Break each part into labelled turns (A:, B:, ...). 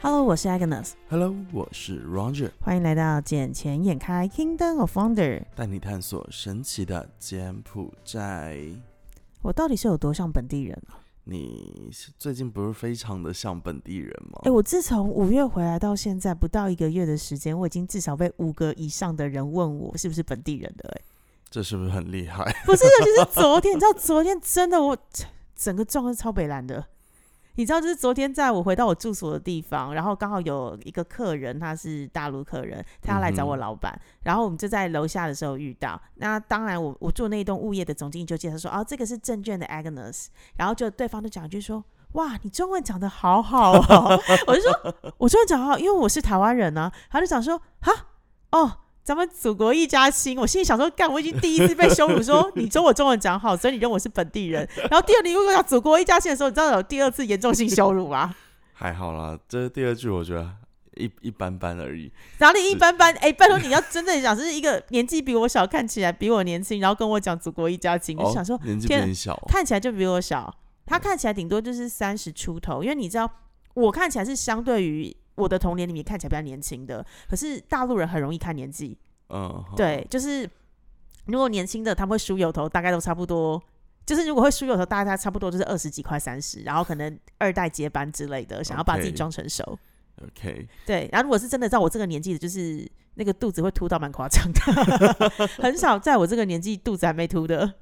A: Hello，我是 Agnes，
B: Hello，我是 Roger，
A: 欢迎来到《捡钱眼开 Kingdom of Wonder》。
B: 带你探索神奇的柬埔寨。
A: 我到底是有多像本地人啊？
B: 你是最近不是非常的像本地人吗？
A: 哎，我自从五月回来到现在不到一个月的时间，我已经至少被五个以上的人问我是不是本地人的、哎，
B: 这是不是很厉害？
A: 不是的，就是昨天，你知道昨天真的我整个状况是超北蓝的。你知道，就是昨天在我回到我住所的地方，然后刚好有一个客人，他是大陆客人，他要来找我
B: 嗯哼
A: 老板，然后我们就在楼下的时候遇到。那当然我，我住那一栋物业的总经理就介绍说，哦，这个是证券的 Agnes，然后就对方就讲一句说。哇，你中文讲的好好哦！我就说， 我中文讲得好好，因为我是台湾人呢、他就讲说，哈，哦，咱们祖国一家亲。我心里想说，干，我已经第一次被羞辱说，你说我中文讲好，所以你认我是本地人。然后第二，你如果讲祖国一家亲的时候，你知道有第二次严重性羞辱啊吗？
B: 还好啦，这第二句我觉得一一般般而已。
A: 然后你一般般，哎、拜托你要真的讲是一个年纪比我小，看起来比我年轻，然后跟我讲祖国一家亲，我就想说
B: 哦、年纪比
A: 天啊
B: 你小哦，
A: 看起来就比我小，他看起来顶多就是三十出头，因为你知道我看起来是相对于我的同年龄也看起来比较年轻的，可是大陆人很容易看年纪，
B: 嗯，好，
A: 对，就是如果年轻的他们会梳油头，大概都差不多。就是如果会梳油头，大概差不多就是二十几块三十，然后可能二代接班之类的，想要把自己
B: OK
A: 装成熟。
B: OK，
A: 对，然后如果是真的到我这个年纪的，就是那个肚子会凸到蛮夸张的， 很少在我这个年纪肚子还没凸的。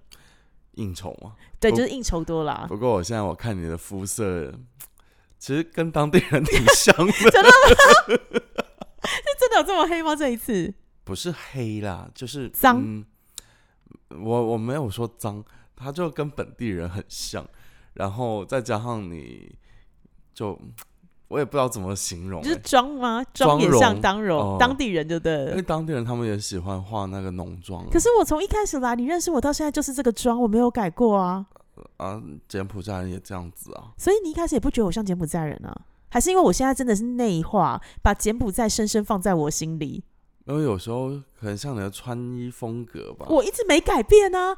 B: 应酬嘛。
A: 对，
B: 不
A: 就是应酬多了。
B: 不过我现在我看你的肤色，其实跟当地人挺像的，
A: 真的有这么黑吗？这一次
B: 不是黑啦，就是
A: 脏
B: 嗯我我没有说脏，他就跟本地人很像，然后再加上你就，我也不知道怎么形容、
A: 就是
B: 欸。
A: 装吗？
B: 妆
A: 也
B: 容
A: 像当容，
B: 哦
A: 当地人就对
B: 因
A: 了
B: 为。当地人他们也喜欢化那个浓妆啊，
A: 可是我从一开始来，你认识我到现在就是这个妆，我没有改过啊。
B: 啊，柬埔寨人也这样子啊，
A: 所以你一开始也不觉得我像柬埔寨人啊？还是因为我现在真的是内化，把柬埔寨深深放在我心里，
B: 因为有时候可能像你的穿衣风格吧，
A: 我一直没改变啊。
B: 哦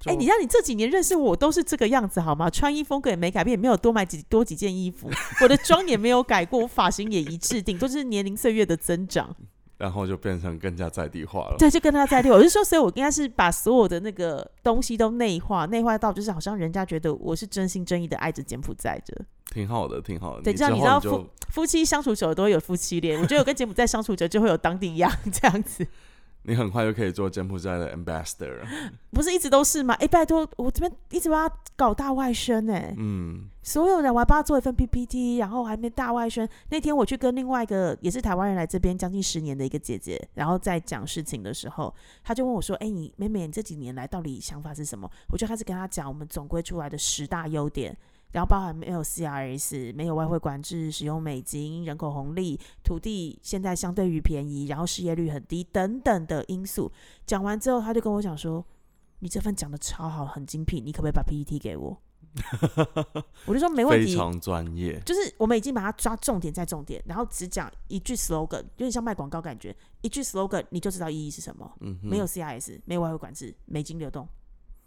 B: 就
A: 哦哎、你让你这几年认识我，我都是这个样子好吗？穿衣风格也没改变，也没有多买几多几件衣服，我的妆也没有改过，我发型也一致，顶多就是年龄岁月的增长。
B: 然后就变成更加在地化了。
A: 对，就跟他在六，我就说，所以我应该是把所有的那个东西都内化，内化到就是好像人家觉得我是真心真意的爱着柬埔寨着。
B: 挺好的，挺好的。
A: 对
B: 你
A: 这样
B: 之
A: 你
B: 后
A: 知道
B: 你就
A: 夫妻相处久了都会有夫妻恋，我觉得我跟柬埔寨相处久就会有当地样这样子，
B: 你很快就可以做柬埔寨的 ambassador 了。
A: 不是一直都是吗？哎，拜托，我这边一直把他搞大外宣哎、
B: 嗯，
A: 所有人我还帮他做一份 PPT，然后还没大外宣。那天我去跟另外一个也是台湾人来这边将近十年的一个姐姐，然后在讲事情的时候，她就问我说：“哎、你妹妹，你这几年来到底想法是什么？”我就开始跟她讲我们总归出来的十大优点。然后包含没有 CRS，没有外汇管制，使用美金、人口红利、土地现在相对于便宜，然后失业率很低等等的因素。讲完之后，她就跟我讲说：“你这份讲的超好，很精辟，你可不可以把 PPT 给 我？”我就说没问
B: 非
A: 题，
B: 常专业。
A: 就是我们已经把它抓重点在重点，然后只讲一句 slogan，有点像卖广告感觉，一句 slogan 你就知道意义是什么。
B: 嗯哼，
A: 没有 CIS，没有外汇管制，美金流动，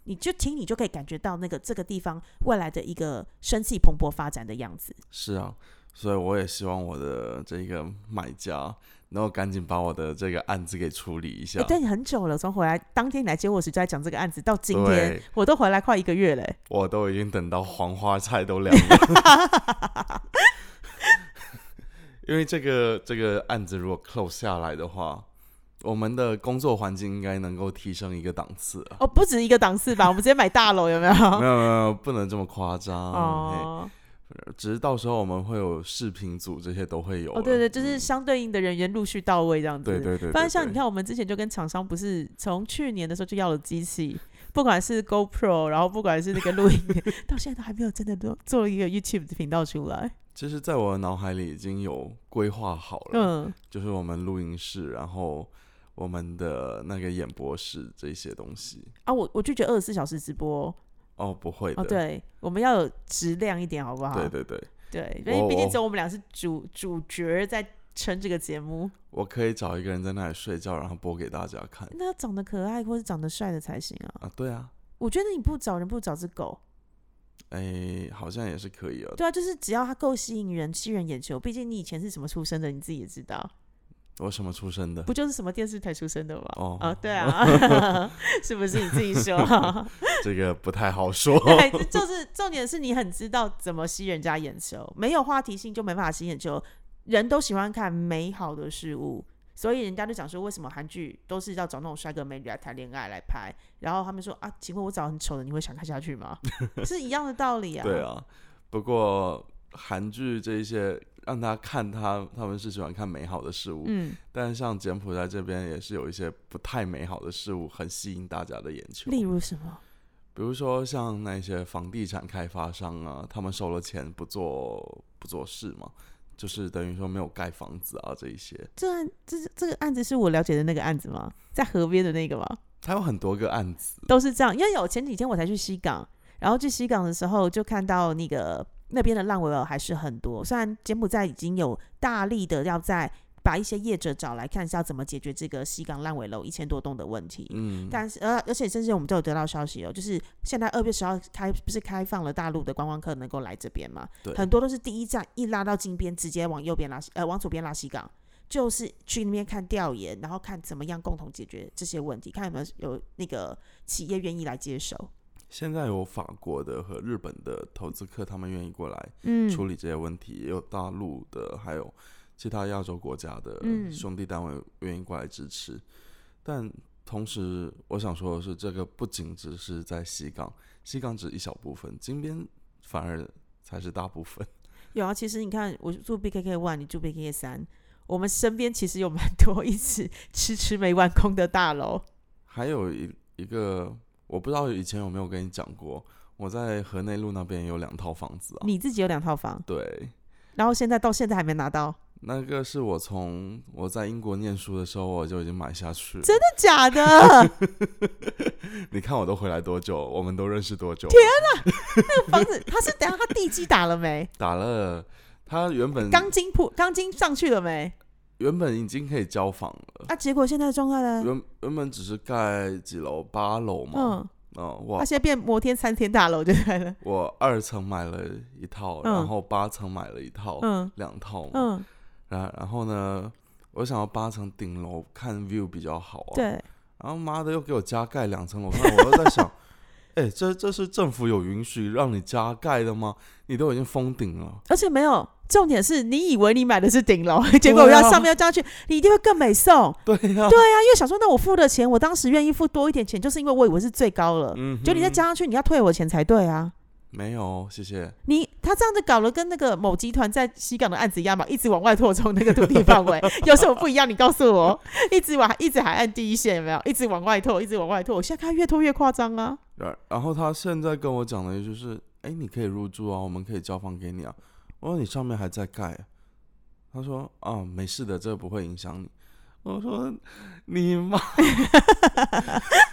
A: 你就听你就可以感觉到那个这个地方未来的一个生气蓬勃发展的样子。
B: 是啊，所以我也希望我的这个买家能够赶紧把我的这个案子给处理一下。
A: 哎、但你很久了，从回来当天你来接我时就在讲这个案子，到今天
B: 对，
A: 我都回来快一个月欸嘞、
B: 我都已经等到黄花菜都凉了。 因为这个这个案子如果 close 下来的话，我们的工作环境应该能够提升一个档次啊。
A: 哦，不止一个档次吧？我们直接买大楼有没有？
B: 没有没有没有，不能这么夸张。嘿
A: 啊哦，
B: 只是到时候我们会有视频组，这些都会有了。
A: 哦，对对，就是
B: 嗯
A: 相对应的人员陆续到位这样子。
B: 对对对对。
A: 不然像你
B: 对，
A: 看，我们之前就跟厂商不是从去年的时候就要了机器，不管是 GoPro，然后不管是那个录音， 到现在都还没有真的做做一个 YouTube 的频道出来。
B: 其实在我的脑海里已经有规划好了，
A: 嗯，
B: 就是我们录音室，然后我们的那个演播室这些东西。
A: 啊，我我拒绝二十四小时直播
B: 哦，不会的，
A: 哦，对，我们要有质量一点，好不好？
B: 对对对
A: 对因为
B: 我
A: 毕竟
B: 我
A: 只有我们俩是主主角在撑这个节目，
B: 我可以找一个人在那里睡觉，然后播给大家看
A: 那要长得可爱或是长得帅的才行啊。
B: 啊。对啊，
A: 我觉得你不找人不如找只狗，
B: 哎，好像也是可以哦。
A: 对啊，就是只要它够吸引人、吸人眼球，毕竟你以前是什么出身的，你自己也知道，
B: 我什么出身的？
A: 不就是什么电视台出身的吗？
B: 哦
A: 啊对 啊， 是不是你自己说？
B: 这个不太好说。
A: 对，就是重点是你很知道怎么吸人家眼球，没有话题性就没办法吸眼球。人都喜欢看美好的事物，所以人家就讲说，为什么韩剧都是要找那种帅哥美女来谈恋爱来拍？然后他们说啊，请问我找很丑的，你会想看下去吗？是一样的道理啊。
B: 对，啊，不过韩剧这一些让他看他他们是喜欢看美好的事物，
A: 嗯，
B: 但像柬埔寨这边也是有一些不太美好的事物很吸引大家的眼球，
A: 例如什么？
B: 比如说像那些房地产开发商啊，他们收了钱不做不做事嘛，就是等于说没有盖房子啊这一些，
A: 这案这这个案子是我了解的那个案子吗？在河边的那个吗？
B: 它有很多个案子，
A: 都是这样。因为有前几天我才去西港，然后去西港的时候就看到那个那边的烂尾楼还是很多。虽然柬埔寨已经有大力的要在把一些业者找来看是要怎么解决这个西港烂尾楼一千多栋的问题。
B: 嗯，
A: 但是，呃，而且甚至我们都有得到消息哦，就是现在二月十号开不是开放了大陆的观光客能够来这边嘛？
B: 对
A: 很多都是第一站一拉到金边，直接往右边拉西，呃，往左边拉西港，就是去那边看调研，然后看怎么样共同解决这些问题，看有没有有那个企业愿意来接手。
B: 现在有法国的和日本的投资客，他们愿意过来
A: 嗯
B: 处理这些问题，也有大陆的，还有其他亚洲国家的
A: 嗯
B: 兄弟单位愿意过来支持。但同时，我想说的是，这个不仅只是在西港，西港只一小部分，金边反而才是大部分。
A: 有啊，其实你看，我住 BKK One，你住 BKK 三，我们身边其实有蛮多一直迟迟没完工的大楼。
B: 还有一一个，我不知道以前有没有跟你讲过，我在河内路那边有两套房子啊。
A: 你自己有两套房，
B: 对，
A: 然后现在到现在还没拿到，
B: 那个是我从我在英国念书的时候我就已经买下去了。
A: 真的假 的？
B: 你看我都回来多久，我们都认识多久了？
A: 房子，他是等下他地基打了没？
B: 打了，他原本
A: 钢筋铺钢筋上去了没？
B: 原本已经可以交房了，
A: 啊，结果现在的状态呢？
B: 原原本只是盖几楼，八楼嘛。
A: 嗯，
B: 哦，
A: 他
B: 我
A: 现在变摩天三天大楼就对了。
B: 我二层买了一套，
A: 嗯
B: 然后八层买了一套，
A: 嗯
B: 两套嘛。
A: 嗯，
B: 然然后呢，我想要八层顶楼看 view 比较好啊。。
A: 对，
B: 然后妈的又给我加盖两层楼，那我又在想， 哎、这这是政府有允许让你加盖的吗？你都已经封顶了。
A: 而且没有。重点是你以为你买的是顶楼，结果要上面要加去，你一定会更美送。
B: 对呀、
A: 对啊，因为想说，那我付的钱，我当时愿意付多一点钱，就是因为我以为是最高了。
B: 嗯，
A: 就你再加上去，你要退我钱才对啊！
B: 没有，谢谢。
A: 你他这样子搞了，跟那个某集团在西港的案子一样嘛，一直往外扩充那个土地范围，有什么不一样？你告诉我，一直往一直海岸第一线有没有？一直往外拓，一直往外拓，我现在看越拓越夸张啊！
B: 然然后他现在跟我讲的就是，哎，你可以入住啊，我们可以交房给你啊。我说你上面还在盖啊，他说啊，没事的，这不会影响你。我说你妈，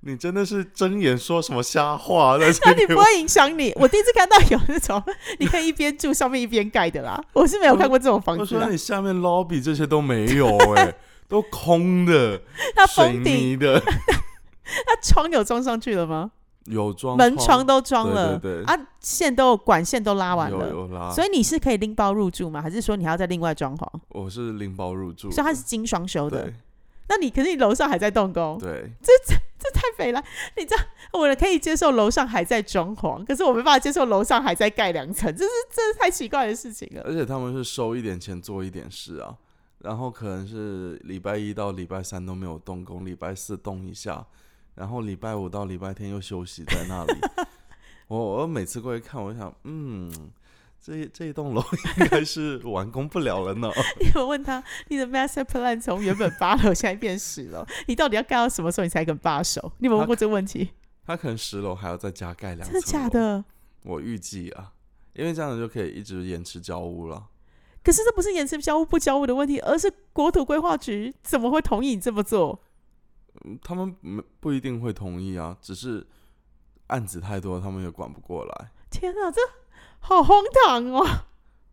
B: 你真的是睁眼说什么瞎话啊在
A: 那
B: 这
A: 你
B: 里
A: 不。会影响你？我第一次看到有那种你可以一边住上面一边盖的啦，我是没有看过这种房
B: 我
A: 子
B: 说
A: 啊，
B: 你下面 lobby 这些都没有哎、 都空 的，
A: 它
B: 水
A: 封顶，
B: 泥的，
A: 它窗有装上去了吗？
B: 有装
A: 门窗都装
B: 对
A: 了，
B: 对对
A: 啊，线都有管线都拉完
B: 有
A: 了。
B: 有啦。
A: 所
B: 以
A: 以你是可以拎包入住吗？还是说你还要再另外装潢？
B: 我是拎包入住的，
A: 所以它是精双修的
B: 对。
A: 那你可是你楼上还在动工，
B: 对，
A: 太肥了。你知道，我可以接受楼上还在装潢，可是我没办法接受楼上还在盖两层，这是这是太奇怪的事情 了。
B: 而且他们是收一点钱做一点事啊，然后可能是礼拜一到礼拜三都没有动工，礼拜四动一下，然后礼拜五到礼拜天又休息在那里。 我我每次过去看，我就想，嗯，这一这一栋楼 应该是完工不了了呢。
A: 你有问他，你的 master plan 从原本八楼现在变十楼，你到底要盖到什么时候你才肯罢手？你有没有问过这个问题？
B: 他可能十楼还要再加盖两
A: 真
B: 层，
A: 的假？的？
B: 我预计啊，因为这样子就可以一直延迟交屋了。
A: 可是这不是延迟交屋不交屋的问题，而是国土规划局怎么会同意你这么做？
B: 嗯他们没不一定会同意啊，只是案子太多，他们也管不过来。
A: 天啊，这好荒唐哦！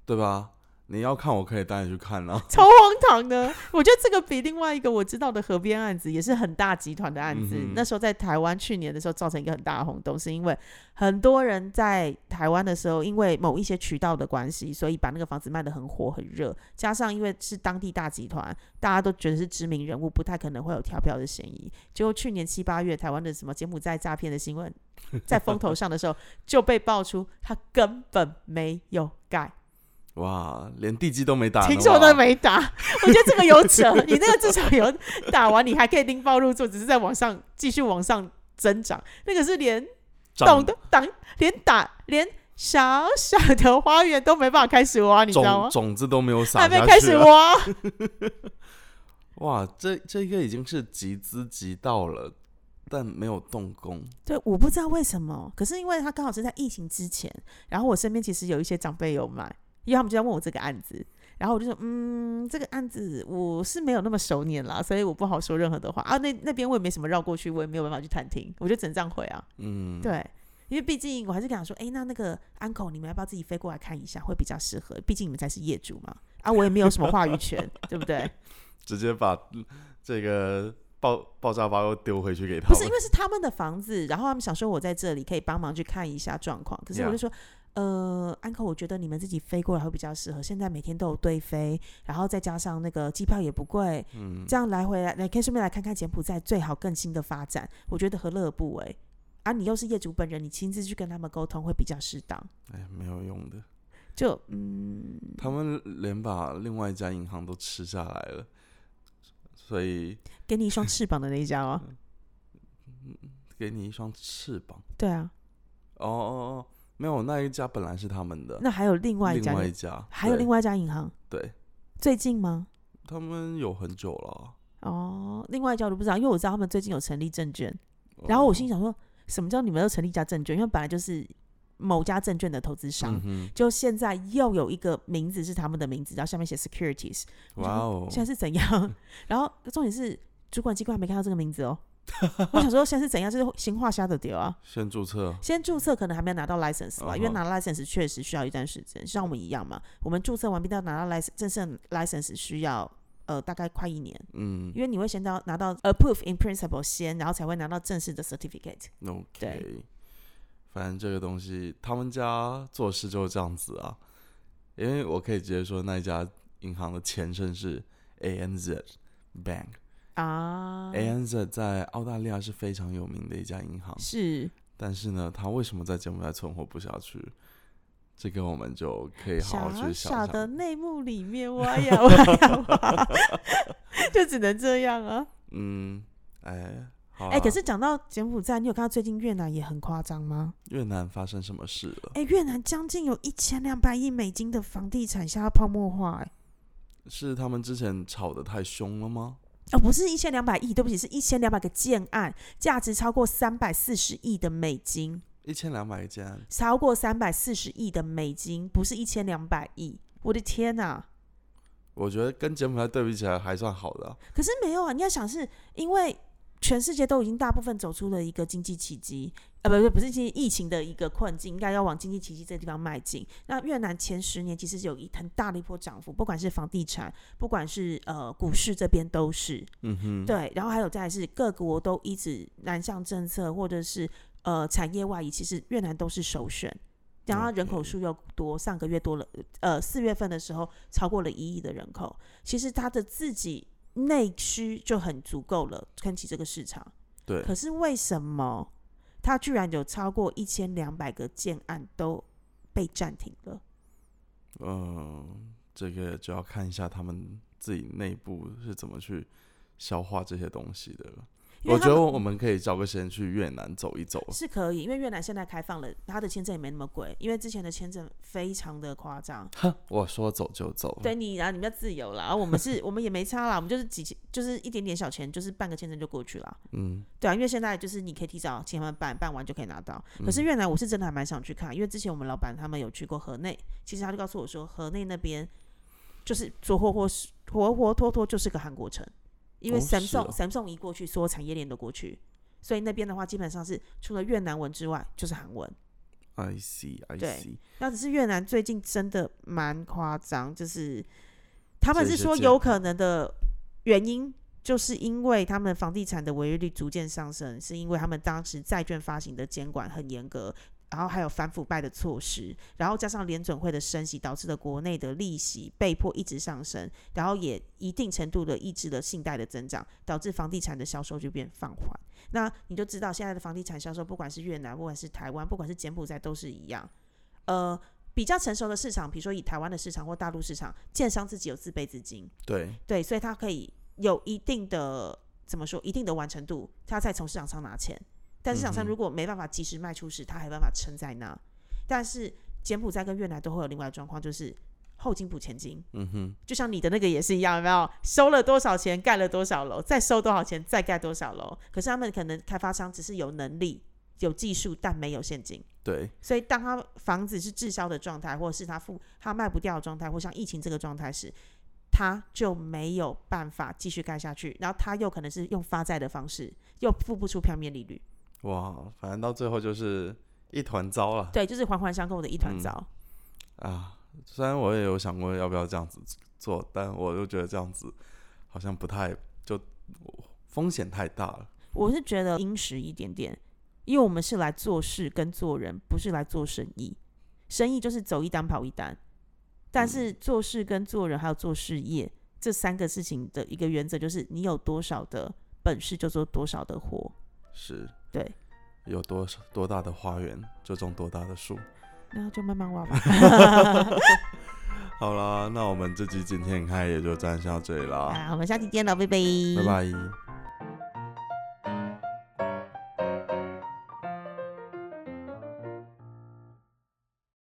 B: 对吧？你要看，我可以带你去看啊。
A: 超荒唐的。我觉得这个比另外一个我知道的河边案子也是很大集团的案子，
B: 嗯哼
A: 那时候在台湾去年的时候造成一个很大的轰动，是因为很多人在台湾的时候，因为某一些渠道的关系，所以把那个房子卖得很火很热，加上因为是当地大集团，大家都觉得是知名人物，不太可能会有跳票的嫌疑。结果去年七八月，台湾的什么柬埔寨诈骗的新闻在风头上的时候，就被爆出他根本没有盖。
B: 哇，连地基都没打呢，
A: 听说都
B: 哇
A: 没打，我觉得这个有扯。你那个至少有打完，你还可以拎包入座，只是在往上继续往上增长。那个是连
B: 长
A: 动都挡，连打连小小的花园都没办法开始挖，你知道吗
B: 种？种子都没有撒
A: 还没
B: 下
A: 开
B: 去
A: 始
B: 啊
A: 挖，
B: 哇，这这个已经是集资集到了，但没有动工。
A: 对，我不知道为什么，可是因为他刚好是在疫情之前，然后我身边其实有一些长辈有买，因为他们就在问我这个案子，然后我就说，嗯，这个案子我是没有那么熟念啦，所以我不好说任何的话啊。那那边我也没什么绕过去，我也没有办法去探听，我就只能这样回啊。
B: 嗯，，
A: 对，因为毕竟我还是跟他说，哎、那那个 uncle 你们要不要自己飞过来看一下，会比较适合，毕竟你们才是业主嘛。啊，我也没有什么话语权，对不对？
B: 直接把这个爆爆炸包又丢回去给他
A: 不是因
B: 们。
A: 为是他们的房子，然后他们想说我在这里可以帮忙去看一下状况，可是我
B: Yeah.
A: 就说。呃，安可，我觉得你们自己飞过来会比较适合。现在每天都有对飞，然后再加上那个机票也不贵，
B: 嗯，
A: 这样来回来，你可以顺便来看看柬埔寨最好更新的发展，我觉得何乐而不为？啊，你又是业主本人，你亲自去跟他们沟通会比较适当。
B: 哎，没有用的，
A: 就嗯，
B: 他们连把另外一家银行都吃下来了，所以
A: 给你一双翅膀的那一家
B: 嗯
A: 哦。
B: 给你一双翅膀。
A: 对啊，
B: 哦哦哦，没有，那一家本来是他们的，
A: 那还有另外一家
B: 另
A: 银，
B: 外一家，
A: 还有
B: 对
A: 另外一家银行，
B: 对，
A: 最近吗？
B: 他们有很久了。
A: 哦，另外一家我都不知道，因为我知道他们最近有成立证券，
B: 哦
A: 然后我心
B: 想，
A: 想说，什么叫你们又成立一家证券？因为本来就是某家证券的投资商。
B: 嗯哼，
A: 就现在又有一个名字是他们的名字，然后下面写 securities，我想
B: 哇
A: 说
B: 哦，
A: 现在是怎样？ 然后重点是主管机关还没看到这个名字哦。我想说现在是怎样？就是新画虾的丢啊！
B: 先注册，
A: 先注册可能还没有拿到 license 吧因为
B: 嗯哼
A: 拿到 license 确实需要一段时间，像我们一样嘛，我们注册完毕到拿到 license 正式的 license 需要呃大概快一年，
B: 嗯
A: 因为你会先到拿到 approve in principle 先，然后才会拿到正式的 certificate。
B: ，OK，反正这个东西他们家做事就是这样子啊，因为我可以直接说那一家银行的前身是 ANZ Bank，ANZ、
A: 啊，
B: 哎 ANZ 在澳大利亚是非常有名的一家银行，
A: 是
B: 但是呢，它为什么在柬埔寨存活不下去？这个我们就可以好好
A: 小
B: 去想
A: 小
B: 想。
A: 的内幕里面 挖呀挖呀挖， 就只能这样啊。
B: 嗯，哎，好、啊。
A: 哎、可是讲到柬埔寨，你有看到最近越南也很夸张吗？
B: 越南发生什么事了？
A: 哎、越南将近有一千两百亿美金的房地产现在泡沫化、哎。
B: 是他们之前吵得太凶了吗？
A: 哦，不是一千两百亿，对不起，是一千两百个建案，价值超过三百四十亿的美金，
B: 一千两百间，
A: 超过三百四十亿的美金，不是一千两百亿。我的天呐、
B: 我觉得跟柬埔寨对比起来还算好的啊、
A: 可是没有啊，你要想是因为全世界都已经大部分走出了一个经济奇迹，呃，不不不是经济疫情的一个困境，应该要往经济奇迹这个地方迈进。那越南前十年其实有一很大的一波涨幅，不管是房地产，不管是呃股市这边都是。
B: 嗯哼，
A: 对，然后还有再来是各国都一直南向政策，或者是呃产业外移，其实越南都是首选。然后人口
B: OK
A: 数又多，上个月多了，呃，四月份的时候超过了一亿的人口。其实它的自己内需就很足够了，撑起这个市场。
B: 对
A: 可是为什么它居然有超过一千两百个建案都被暂停了？
B: 嗯、这个就要看一下他们自己内部是怎么去消化这些东西的了。
A: 因为
B: 我
A: 他
B: 觉得
A: 们
B: 我们可以找个时间去越南走一走。
A: 是可以，因为越南现在开放了，它的签证也没那么贵，因为之前的签证非常的夸张。
B: 哼，我说走就走。
A: 对你啊，你比较自由啦，而我们是，我们也没差啦，我们就是几千，就是一点点小钱，就是办个签证就过去了。
B: 嗯，
A: 对啊，因为现在就是你可以提早请他们办，办完就可以拿到。可
B: 嗯
A: 是越南我是真的还蛮想去看，因为之前我们老板他们有去过河内，其实他就告诉我说，河内那边就是活活活活活脱脱就是个韩国城，因为
B: 哦是
A: Samsung、
B: 哦
A: Samsung 一过去，所有产业链都过去，所以那边的话基本上是除了越南文之外就是韩文。
B: 啊、 I see, I
A: 对
B: see。
A: 那只是越南最近真的蛮夸张，就是他们
B: 这
A: 是
B: 些
A: 说
B: 借
A: 有
B: 口
A: 可能的原因，就是因为他们房地产的违约率逐渐上升，是因为他们当时债券发行的监管很严格。然后还有反腐败的措施，然后加上联准会的升息，导致了国内的利息被迫一直上升，然后也一定程度的抑制了信贷的增长，导致房地产的销售就变放缓。那你就知道现在的房地产销售，不管是越南，不管是台湾，不管是柬埔寨，都是一样。呃，比较成熟的市场，比如说以台湾的市场或大陆市场，建商自己有自备资金，
B: 对，
A: 对，所以他可以有一定的怎么说，一定的完成度，他再从市场上拿钱。但市场上
B: 嗯哼
A: 如果没办法及时卖出时，他还有办法撑在那。但是柬埔寨跟越南都会有另外的状况，就是后金补前金，
B: 嗯哼，
A: 就像你的那个也是一样，有没有收了多少钱，盖了多少楼，再收多少钱，再盖多少楼？可是他们可能开发商只是有能力、有技术，但没有现金。
B: 对，
A: 所以，当他房子是滞销的状态，或者是他付他卖不掉的状态，或像疫情这个状态时，他就没有办法继续盖下去。然后他又可能是用发债的方式，又付不出票面利率，
B: 哇，反正到最后就是一团糟了
A: 对，就是环环相扣的一团糟。
B: 啊。虽然我也有想过要不要这样子做，但我又觉得这样子好像不太就风险太大了。
A: 我是觉得殷实一点点，因为我们是来做事跟做人，不是来做生意。生意就是走一单跑一单，但是做事跟做人还有做事业这三个事情的一个原则就是，你有多少的本事就做多少的活。
B: 是
A: 对，
B: 有多少多大的花园就种多大的树。
A: 然后就慢慢挖 吧。
B: 好啦，那我们这集今天开也就暂时到这里啦，
A: 啊，我们下期见了，拜拜，
B: 拜拜。